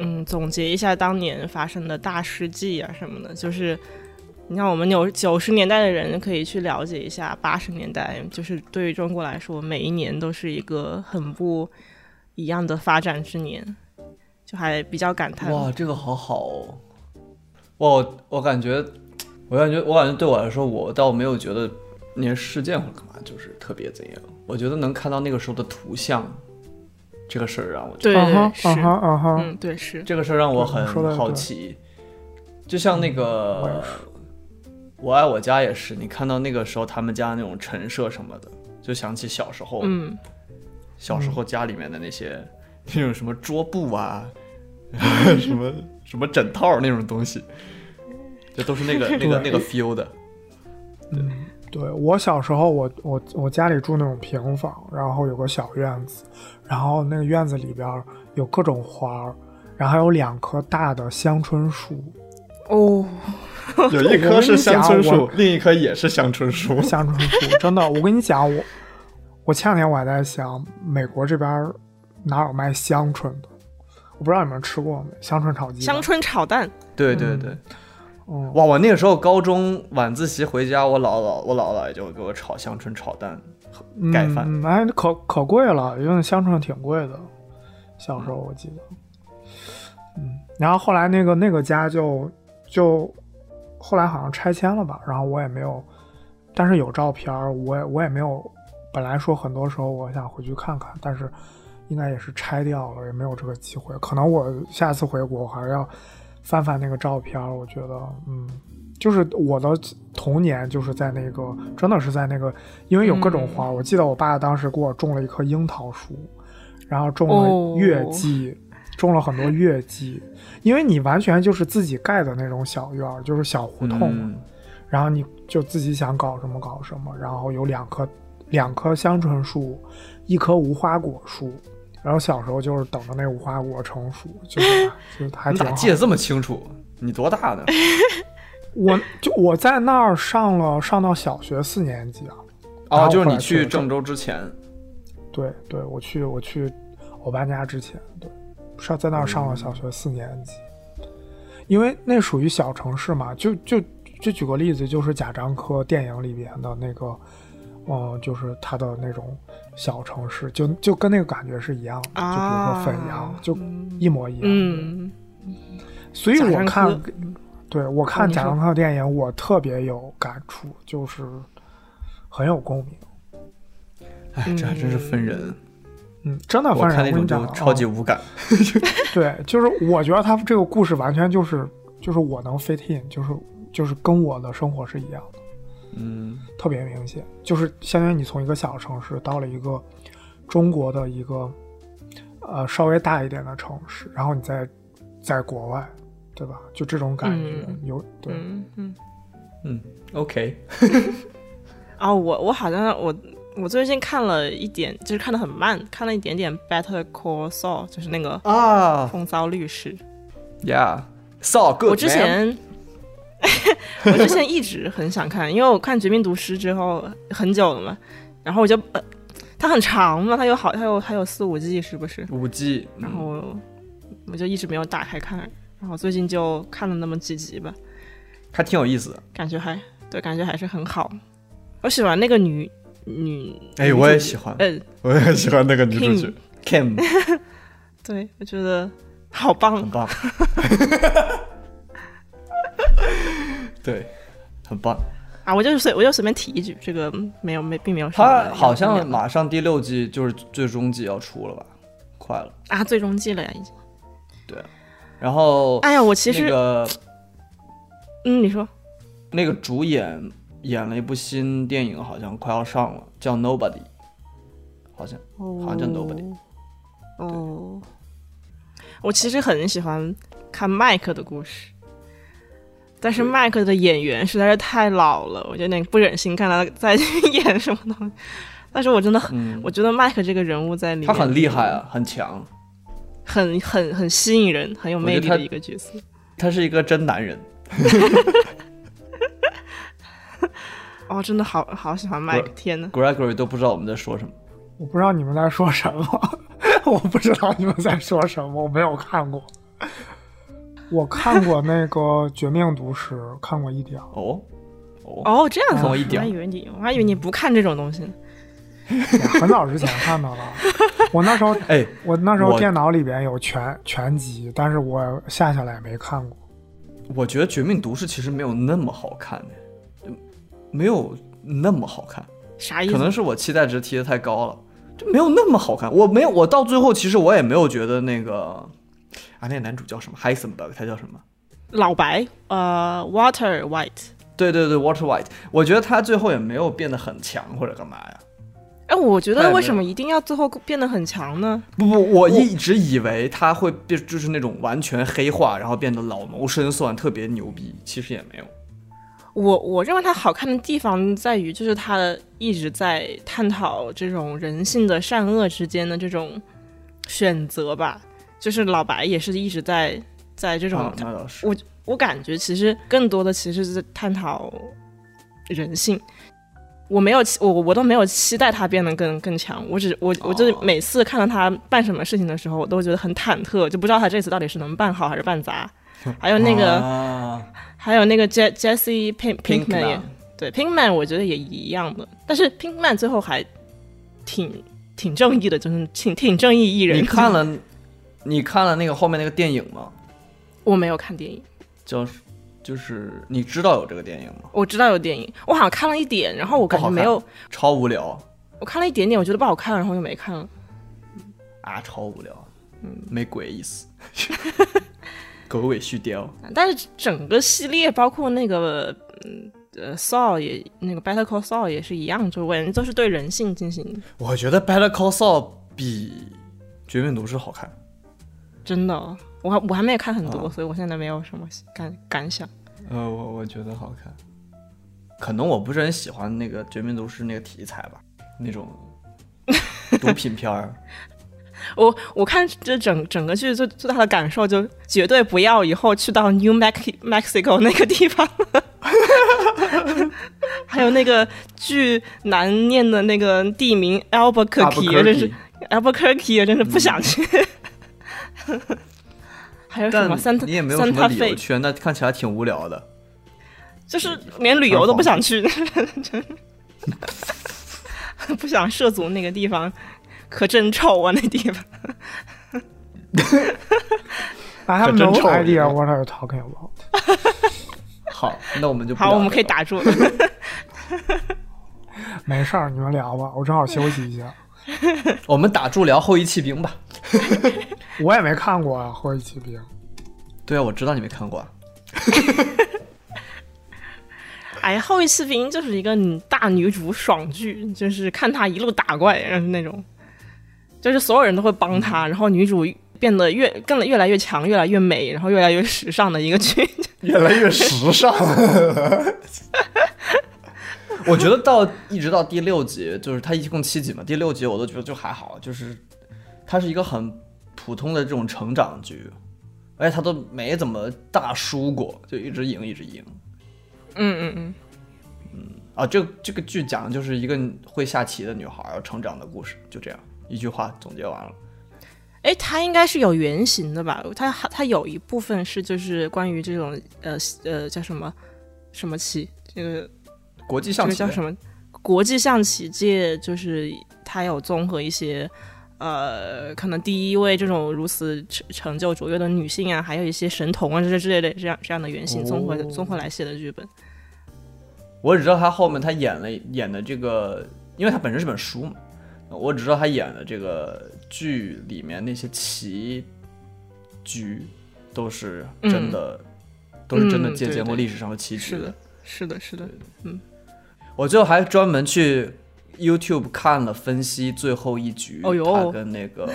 [SPEAKER 3] 嗯总结一下当年发生的大事记啊什么的，就是。你像我们有九十年代的人可以去了解一下八十年代，就是对于中国来说，每一年都是一个很不一样的发展之年，就还比较感叹。
[SPEAKER 1] 哇，这个好好哦！哇，我我感觉，我感觉，我感觉对我来说，我倒没有觉得那些事件或者干嘛就是特别怎样。我觉得能看到那个时候的图像，这个事儿让我
[SPEAKER 3] 对
[SPEAKER 2] 嗯哼，
[SPEAKER 3] 是，
[SPEAKER 2] 嗯哼，嗯哼，
[SPEAKER 3] 嗯，对是，
[SPEAKER 1] 这个事儿让我
[SPEAKER 2] 对你说得
[SPEAKER 1] 很好
[SPEAKER 2] 对嗯
[SPEAKER 1] 奇。就像那
[SPEAKER 2] 我也
[SPEAKER 1] 个我爱我家》也是，你看到那个时候他们家那种陈设什么的，就想起小时
[SPEAKER 2] 哦
[SPEAKER 1] 候，
[SPEAKER 3] 嗯，
[SPEAKER 1] 小
[SPEAKER 2] 嗯
[SPEAKER 1] 时候家里面的那些那种什么桌布啊， 什么什么枕套那种东西，这都是 那个那个那个 feel 的。
[SPEAKER 2] 嗯，对我小时候我，我我家里住那种平房，然后有个小院子，然后那个院子里边有各种花儿，然后还有两棵大的香椿树，
[SPEAKER 3] 哦，
[SPEAKER 1] 有
[SPEAKER 2] 一棵是乡村树，
[SPEAKER 1] 另一棵也是乡村 树
[SPEAKER 2] 香椿树，真的，我跟你讲，我我前两天我还在想，美国这边哪有卖香椿的？我不知道你们吃过没？香椿炒鸡蛋
[SPEAKER 3] 香，椿炒蛋，
[SPEAKER 1] 对对对，
[SPEAKER 2] 嗯，
[SPEAKER 1] 哇！我那个时候高中晚自习回家，我姥姥我姥姥也就给我炒香椿炒蛋。盖饭
[SPEAKER 2] 嗯，哎，可可贵了，因为香椿挺贵的，小时候我记得，嗯，然后后来那个那个家就就后来好像拆迁了吧，然后我也没有，但是有照片儿，我也我也没有。本来说很多时候我想回去看看，但是应该也是拆掉了，也没有这个机会。可能我下次回国还是要翻翻那个照片儿。我觉得，嗯，就是我的童年就是在那个，真的是在那个，因为有各种花儿。我记得我爸当时给我种了一棵樱桃树，然后种
[SPEAKER 3] 哦
[SPEAKER 2] 了月季。种了很多月季，因为你完全就是自己盖的那种小院儿，就是小胡同嘛，
[SPEAKER 1] 嗯
[SPEAKER 2] 然后你就自己想搞什么搞什么，然后有两棵两棵香椿树，一棵无花果树，然后小时候就是等着那无花果成熟，就是 就还
[SPEAKER 1] 你
[SPEAKER 2] 挺
[SPEAKER 1] 咋
[SPEAKER 2] 好。
[SPEAKER 1] 记得这么清楚？你多大 呢？
[SPEAKER 2] 我就我在那儿上了上到小学四年级啊，然
[SPEAKER 1] 哦，
[SPEAKER 2] 后
[SPEAKER 1] 就是
[SPEAKER 2] 后
[SPEAKER 1] 你
[SPEAKER 2] 来去
[SPEAKER 1] 去
[SPEAKER 2] 了郑
[SPEAKER 1] 郑州之前，
[SPEAKER 2] 嗯对对，我去我去我爸家之前，对，上在那儿上了
[SPEAKER 3] 嗯
[SPEAKER 2] 小学四年级，因为那属于小城市嘛，就就就举个例子，就是贾樟柯电影里边的那个，嗯，就是他的那种小城市，就就跟那个感觉是一样的，就比如说
[SPEAKER 3] 啊，
[SPEAKER 2] 沈阳，就
[SPEAKER 3] 嗯
[SPEAKER 2] 一模一样。，
[SPEAKER 3] 嗯，
[SPEAKER 2] 所以
[SPEAKER 3] 贾
[SPEAKER 2] 我
[SPEAKER 3] 樟
[SPEAKER 2] 看
[SPEAKER 3] 柯，哦
[SPEAKER 2] 对我看
[SPEAKER 3] 你
[SPEAKER 2] 贾
[SPEAKER 3] 说
[SPEAKER 2] 樟柯的电影，我特别有感触，就是很有共鸣。
[SPEAKER 1] 哎，这还真是分人。
[SPEAKER 2] 嗯，真的
[SPEAKER 1] 我
[SPEAKER 2] 分人。
[SPEAKER 1] 看那
[SPEAKER 2] 跟
[SPEAKER 1] 种就
[SPEAKER 2] 你讲，
[SPEAKER 1] 超
[SPEAKER 2] 嗯
[SPEAKER 1] 级无感。
[SPEAKER 2] 对，就是我觉得他这个故事完全就是就是我能 fit in，就是就是跟我的生活是一样的，
[SPEAKER 1] 嗯，
[SPEAKER 2] 特别明显。就是相当于你从一个小城市到了一个中国的一个呃稍微大一点的城市，然后你在在国外，对吧？就这种感觉、
[SPEAKER 3] 嗯
[SPEAKER 2] 有对，
[SPEAKER 3] 嗯嗯。
[SPEAKER 1] 嗯，OK，
[SPEAKER 3] 啊，我我好像我我最近看了一点，就是看的很慢，看了一点点《Better Call Saul》，就是那个
[SPEAKER 1] 啊
[SPEAKER 3] 风骚律师。
[SPEAKER 1] ，Yeah，so good。
[SPEAKER 3] 我之，前 我之前一直很想看，因为我看《绝命毒师》之后很久了嘛，然后我就、呃、它很长嘛，它有好它有还有四五季是不是？
[SPEAKER 1] 五 G，嗯
[SPEAKER 3] 然后我我就一直没有打开看，然后最近就看了那么几集吧，
[SPEAKER 1] 还挺有意思的。
[SPEAKER 3] 感觉还对，感觉还是很好。我喜欢那个女女，
[SPEAKER 1] 哎，
[SPEAKER 3] 女
[SPEAKER 1] 我也
[SPEAKER 3] 主
[SPEAKER 1] 喜欢，
[SPEAKER 3] 呃，
[SPEAKER 1] 我也喜欢那个女主角 Kim，
[SPEAKER 3] 对我觉得好棒
[SPEAKER 1] 很， 棒。对，很棒。
[SPEAKER 3] 啊，我就随我就随便提一句，这个没有没并没有什么
[SPEAKER 1] 它好
[SPEAKER 3] 要
[SPEAKER 1] 像
[SPEAKER 3] 聊
[SPEAKER 1] 马上第六季就是最终季要出了吧？快了。
[SPEAKER 3] 啊最终季了呀已经。
[SPEAKER 1] 然后，
[SPEAKER 3] 哎呀，我其
[SPEAKER 1] 哦
[SPEAKER 3] 实、
[SPEAKER 1] 那个
[SPEAKER 3] 嗯，你说
[SPEAKER 1] 那个主演演了一部新电影，好像快要上了，叫《Nobody》，好像好像叫 Nobody
[SPEAKER 3] 哦，我其实很喜欢看麦克的故事，但是
[SPEAKER 1] 对
[SPEAKER 3] 麦克的演员实在是太老了，我有点不忍心看他再去演什么东西。但是我真的很，
[SPEAKER 1] 嗯，
[SPEAKER 3] 我觉得麦克这个人物在里面，
[SPEAKER 1] 他很厉害，啊，很强，
[SPEAKER 3] 很很很吸引人，很有
[SPEAKER 1] 我
[SPEAKER 3] 魅
[SPEAKER 1] 觉得
[SPEAKER 3] 力
[SPEAKER 1] 他
[SPEAKER 3] 的一个角色。
[SPEAKER 1] 他是一个真男人。
[SPEAKER 3] 哦，真的好好喜欢麦
[SPEAKER 1] 不
[SPEAKER 3] 克，天呐，
[SPEAKER 1] Gregory 都不知道我们在说什么。
[SPEAKER 2] 我不知道你们在说什么， 我不知道你们在说什么，我没有看过。我看过那个《绝命毒师》，看过一点儿。
[SPEAKER 1] 哦，哦，
[SPEAKER 3] 哦，这样子，
[SPEAKER 1] 看我一
[SPEAKER 3] 我
[SPEAKER 1] 点
[SPEAKER 3] 还以为你，我还以为你不看这种东西呢。
[SPEAKER 2] 也很早之前看到了。我那时候，
[SPEAKER 1] 哎，
[SPEAKER 2] 我那时候
[SPEAKER 1] 我
[SPEAKER 2] 电脑里边有全全集，但是我下下来没看过。
[SPEAKER 1] 我觉得《绝命毒师》其实没有那么好看，嗯没有那么好看，
[SPEAKER 3] 啥意思？
[SPEAKER 1] 可能是我期待值提的太高了，就没有那么好看。我没有，我到最后其实我也没有觉得那个啊，那个男主叫什么 Heisenberg，他叫什么？
[SPEAKER 3] 老白，呃，Water White。
[SPEAKER 1] 对对对，Water White，我觉得他最后也没有变得很强或者干嘛呀？
[SPEAKER 3] 哎，我觉
[SPEAKER 1] 太
[SPEAKER 3] 得
[SPEAKER 1] 没
[SPEAKER 3] 为
[SPEAKER 1] 有
[SPEAKER 3] 什么一定要最后变得很强呢？
[SPEAKER 1] 不不，我一直以为他会变，就是那种完全黑化，然后变得老谋深算，特别牛逼。其实也没有。
[SPEAKER 3] 我我认为它好看的地方在于，就是它一直在探讨这种人性的善恶之间的这种选择吧。就是老白也是一直在在这种
[SPEAKER 1] 啊，那倒是。
[SPEAKER 3] 我感觉其实更多的其实是探讨人性。我没有期，我我都没有期待他变得更更强。我只我我就是
[SPEAKER 1] 哦
[SPEAKER 3] 每次看到他办什么事情的时候，我都觉得很忐忑，就不知道他这次到底是能办好还是 办砸。还有呃那个，
[SPEAKER 1] 啊、
[SPEAKER 3] 还有那个 Je Jesse Pink Pinkman，
[SPEAKER 1] Pinkman
[SPEAKER 3] 也对 Pinkman，我觉得也一样的。但是 Pinkman 最后还挺挺正义的，就是挺挺正义艺人。
[SPEAKER 1] 你看？了，你看了那个后面那个电影吗？
[SPEAKER 3] 我没有看电影。
[SPEAKER 1] 叫就是你知道有这个电影吗？
[SPEAKER 3] 我知道有电影，我好像看了一点，然后我感觉没有，
[SPEAKER 1] 超无聊
[SPEAKER 3] 我看了一点点，我觉得不好看，然后就没看了。
[SPEAKER 1] 啊，超无聊，嗯，没鬼意思， 狗尾续貂。
[SPEAKER 3] 但是整个系列包括那个嗯呃 Saw 也那个 Better Call Saul 也是一样，就是我感觉都是对人性进行
[SPEAKER 1] 我觉得《Better Call Saul》比《绝命毒师》好看。
[SPEAKER 3] 真的哦。我还我还没有看很多，
[SPEAKER 1] 啊
[SPEAKER 3] 所以我现在没有什么感感想。
[SPEAKER 1] 呃，我我觉得好看，可能我不是很喜欢那个《绝命毒师》那个题材吧，那 种毒品片儿。
[SPEAKER 3] 我我看这整整个剧最最大的感受就绝对不要以后去到 New Mex Mexico 那个地方， 还有那个巨难念的那个地名 Albuquerque，真是 Albuquerque，真是不
[SPEAKER 1] 嗯
[SPEAKER 3] 想去。还 有什么三
[SPEAKER 1] 但你也没有什
[SPEAKER 3] 三
[SPEAKER 1] 么
[SPEAKER 3] 塔
[SPEAKER 1] 理由
[SPEAKER 3] 费，
[SPEAKER 1] 去，啊那看起来挺无聊的。
[SPEAKER 3] 就是连旅游都不想去， 不想涉足那个地方，可真臭啊那地方。
[SPEAKER 2] I have
[SPEAKER 1] 可真
[SPEAKER 2] 哎 no
[SPEAKER 1] 臭
[SPEAKER 2] idea
[SPEAKER 1] 人
[SPEAKER 2] what are you talking about。
[SPEAKER 1] 好，那我们就不
[SPEAKER 3] 好，
[SPEAKER 1] 聊
[SPEAKER 3] 我们
[SPEAKER 1] 这
[SPEAKER 3] 可以
[SPEAKER 1] 个
[SPEAKER 3] 打住。
[SPEAKER 2] 没事儿，你们聊吧，我正好休息一 下。
[SPEAKER 1] 我们打住聊后羿弃兵吧。
[SPEAKER 2] 我也没看过啊，《后羿骑兵》。
[SPEAKER 1] 对啊，我知道你没看过啊。
[SPEAKER 3] 哎，《后羿弃兵》就是一个女大女主爽剧，就是看她一路打怪，然后那种，就是所有人都会帮她，然后女主变得越更越来越强，越来越美，然后越来越时尚的一个剧。
[SPEAKER 1] 越来越时尚。 我觉得到一直到第六集，就是它一共七集嘛，第六集我都觉得就还好，就是它是一个很普通的这种成长剧，而且它都没怎么大输过，就一直赢一直赢
[SPEAKER 3] 嗯嗯嗯，
[SPEAKER 1] 啊。这这个剧讲的就是一个会下棋的女孩儿成长的故事，就这样一句话总结完了。
[SPEAKER 3] 哎，它应该是有原型的吧？它它有一部分是就是关于这种呃呃叫什么什么棋，这个
[SPEAKER 1] 国际
[SPEAKER 3] 这
[SPEAKER 1] 象
[SPEAKER 3] 个
[SPEAKER 1] 棋
[SPEAKER 3] 叫什么？国际象棋界就是它有综合一些，呃，可能第一位这种如此成成就卓越的女性啊，还有一些神童啊，这之类的这样这样的原型综合、
[SPEAKER 1] 哦
[SPEAKER 3] 综合来写的剧本。
[SPEAKER 1] 我只知道他后面他演了演的这个，因为他本身是本书嘛，我只知道他演的这个剧里面那些棋局都是真的，都是真的
[SPEAKER 3] 嗯
[SPEAKER 1] 借
[SPEAKER 3] 对
[SPEAKER 1] 鉴过
[SPEAKER 3] 嗯对
[SPEAKER 1] 历史上的棋局
[SPEAKER 3] 是的是的，是的，
[SPEAKER 1] 我最后还专门去 YouTube 看了分析最后一局，
[SPEAKER 3] 哦哟
[SPEAKER 1] 他跟那个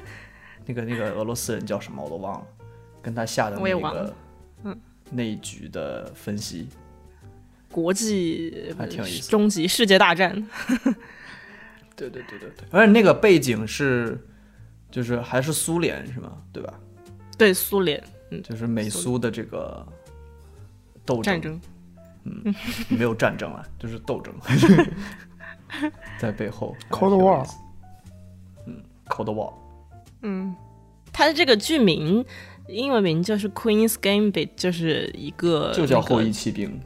[SPEAKER 1] 那个那个俄罗斯人叫什么我都忘了，跟他下的
[SPEAKER 3] 我
[SPEAKER 1] 那
[SPEAKER 3] 也忘了嗯
[SPEAKER 1] 个那一局的分析，
[SPEAKER 3] 国际
[SPEAKER 1] 还挺有意思的
[SPEAKER 3] 终极世界大战。
[SPEAKER 1] 对对对对对，而且那个背景是，就是还是苏联是吗？对吧？
[SPEAKER 3] 对苏联
[SPEAKER 1] 就是美苏的这个斗
[SPEAKER 3] 战
[SPEAKER 1] 争，
[SPEAKER 3] 争，
[SPEAKER 1] 没有战争啊，就是斗 争，在背后。还
[SPEAKER 2] Cold
[SPEAKER 1] 挺有
[SPEAKER 2] War
[SPEAKER 1] 意思嗯，Cold War，
[SPEAKER 3] 嗯，它的这个剧名英文名就是 Queen's Gambit，就是一个
[SPEAKER 1] 就叫
[SPEAKER 3] 那个
[SPEAKER 1] 后羿骑兵，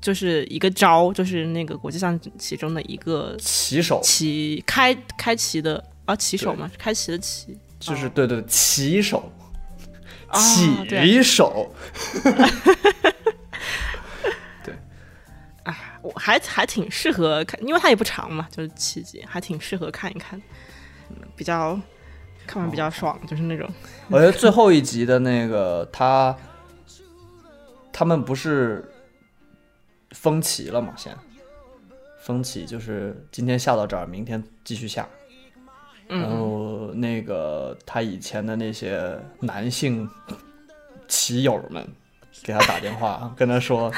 [SPEAKER 3] 就是一个招，就是那个国际象棋中的一个
[SPEAKER 1] 骑手
[SPEAKER 3] 棋开开棋的啊，棋手嘛，开棋的棋，
[SPEAKER 1] 就是对对骑手，
[SPEAKER 3] 啊对
[SPEAKER 1] 骑手，
[SPEAKER 3] 我还还挺适合看，因为它也不长嘛，就是七集，还挺适合看一看，嗯比较看完比
[SPEAKER 1] 哦
[SPEAKER 3] 较爽，就是那种
[SPEAKER 1] 我觉得最后一集的那个他，他们不是封棋了吗？现在封棋就是今天下到这儿，明天继续下。然
[SPEAKER 3] 嗯
[SPEAKER 1] 后那个他以前的那些男性棋友们给他打电 话，跟他说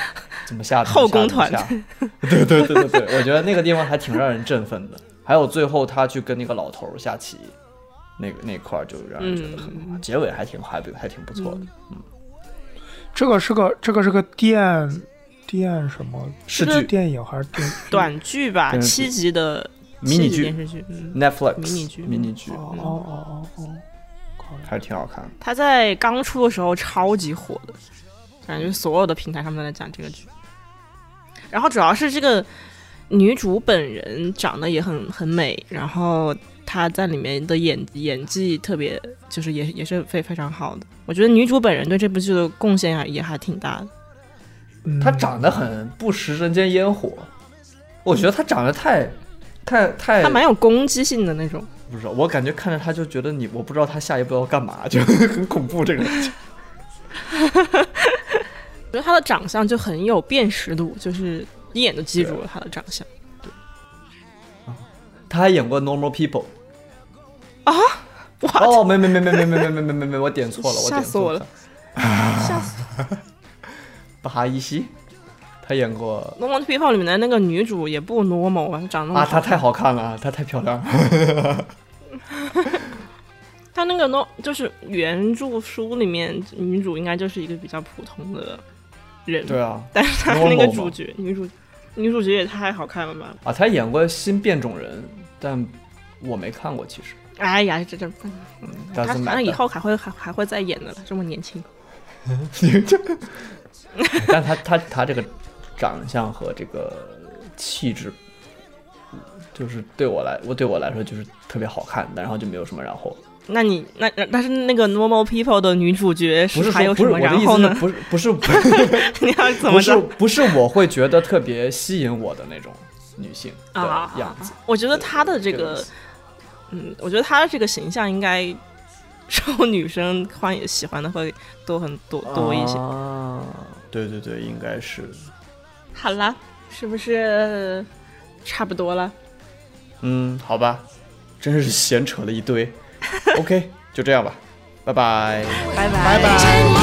[SPEAKER 1] 怎么下，怎么
[SPEAKER 3] 后
[SPEAKER 1] 下
[SPEAKER 3] 宫
[SPEAKER 1] 怎么
[SPEAKER 3] 团
[SPEAKER 1] 下对对对对对，我觉得那个地方还挺让人振奋的。还有最后他去跟那个老头儿下棋，那个那块儿就让人觉得很好，结尾还挺还还挺不
[SPEAKER 3] 嗯
[SPEAKER 1] 错的，
[SPEAKER 2] 这个是个这个是个电电什么
[SPEAKER 1] 是
[SPEAKER 3] 这个
[SPEAKER 1] 剧
[SPEAKER 2] 电影还是电？
[SPEAKER 3] 短剧吧，
[SPEAKER 1] 对对
[SPEAKER 3] 七集的
[SPEAKER 1] 迷你
[SPEAKER 3] 七集
[SPEAKER 1] 剧
[SPEAKER 3] 电视剧，嗯，
[SPEAKER 1] Netflix
[SPEAKER 3] 迷你剧
[SPEAKER 1] 迷你剧，
[SPEAKER 2] 哦
[SPEAKER 1] 嗯
[SPEAKER 2] 哦哦哦哦，
[SPEAKER 1] 还是挺好看的。
[SPEAKER 3] 它在刚出的时候超级火的，感觉所有的平台上面都在讲这个剧。然后主要是这个女主本人长得也很很美，然后她在里面的演演技特别，就是也也是非非常好的。我觉得女主本人对这部剧的贡献还也还挺大的。
[SPEAKER 2] 嗯
[SPEAKER 1] 他长得很不食人间烟火，我觉得他长得太，太太，
[SPEAKER 3] 他蛮有攻击性的那种。
[SPEAKER 1] 不是，我感觉看着他就觉得你，我不知道他下一步要干嘛，就 很恐怖这个人。
[SPEAKER 3] 我觉得他的长相就很有辨识度，就是一眼就记住了他的长相。
[SPEAKER 1] 他还演过《Normal People》
[SPEAKER 3] 哇，
[SPEAKER 1] 哦，没没没没没没没没没没没，我点错 了，我
[SPEAKER 3] 吓
[SPEAKER 1] 点
[SPEAKER 3] 死
[SPEAKER 1] 错
[SPEAKER 3] 我 了！吓死！
[SPEAKER 1] 巴哈伊西，他演过
[SPEAKER 3] 《Normal People》里面的那个女主也不 normal 啊，长得那么
[SPEAKER 1] 啊，
[SPEAKER 3] 好
[SPEAKER 1] 她太好看了，她太漂
[SPEAKER 3] 嗯
[SPEAKER 1] 亮了。
[SPEAKER 3] 她那个 no 就是原著书里面女主应该就是一个比较普通的人，
[SPEAKER 1] 对啊，
[SPEAKER 3] 但是她那
[SPEAKER 1] normal
[SPEAKER 3] 个
[SPEAKER 1] 嘛
[SPEAKER 3] 主角女主女主角也太好看了吧！
[SPEAKER 1] 啊，她演过《新变种人》，但我没看过，其实。
[SPEAKER 3] 哎呀，这这她
[SPEAKER 1] Doesn't
[SPEAKER 3] 反正
[SPEAKER 1] matter
[SPEAKER 3] 以后还会还还会再演的了，这么年轻。
[SPEAKER 1] 但他他他这个长相和这个气质，就是对我来我对我来说就是特别好看，然后就没有什么然后。
[SPEAKER 3] 那你那但是那个 normal people 的女主角
[SPEAKER 1] 不是
[SPEAKER 3] 还有
[SPEAKER 1] 说
[SPEAKER 3] 什
[SPEAKER 1] 不是
[SPEAKER 3] 么
[SPEAKER 1] 我的
[SPEAKER 3] 然
[SPEAKER 1] 意
[SPEAKER 3] 后
[SPEAKER 1] 思是
[SPEAKER 3] 呢？
[SPEAKER 1] 不是不 是不
[SPEAKER 3] 你要怎么
[SPEAKER 1] 是
[SPEAKER 3] 着
[SPEAKER 1] 不是我会觉得特别吸引我的那种女性的
[SPEAKER 3] 啊？
[SPEAKER 1] 样子。
[SPEAKER 3] 我觉得她的这
[SPEAKER 1] 这个意
[SPEAKER 3] 个
[SPEAKER 1] 思，
[SPEAKER 3] 嗯，我觉得她的这个形象应该 受女生欢迎喜欢的会多很多多一些。
[SPEAKER 1] 啊，对对对，应该是。
[SPEAKER 3] 好啦，是不是差不多了？
[SPEAKER 1] 嗯，好吧，真是闲扯了一堆。OK，就这样吧，拜拜。
[SPEAKER 3] 拜拜拜
[SPEAKER 4] 拜。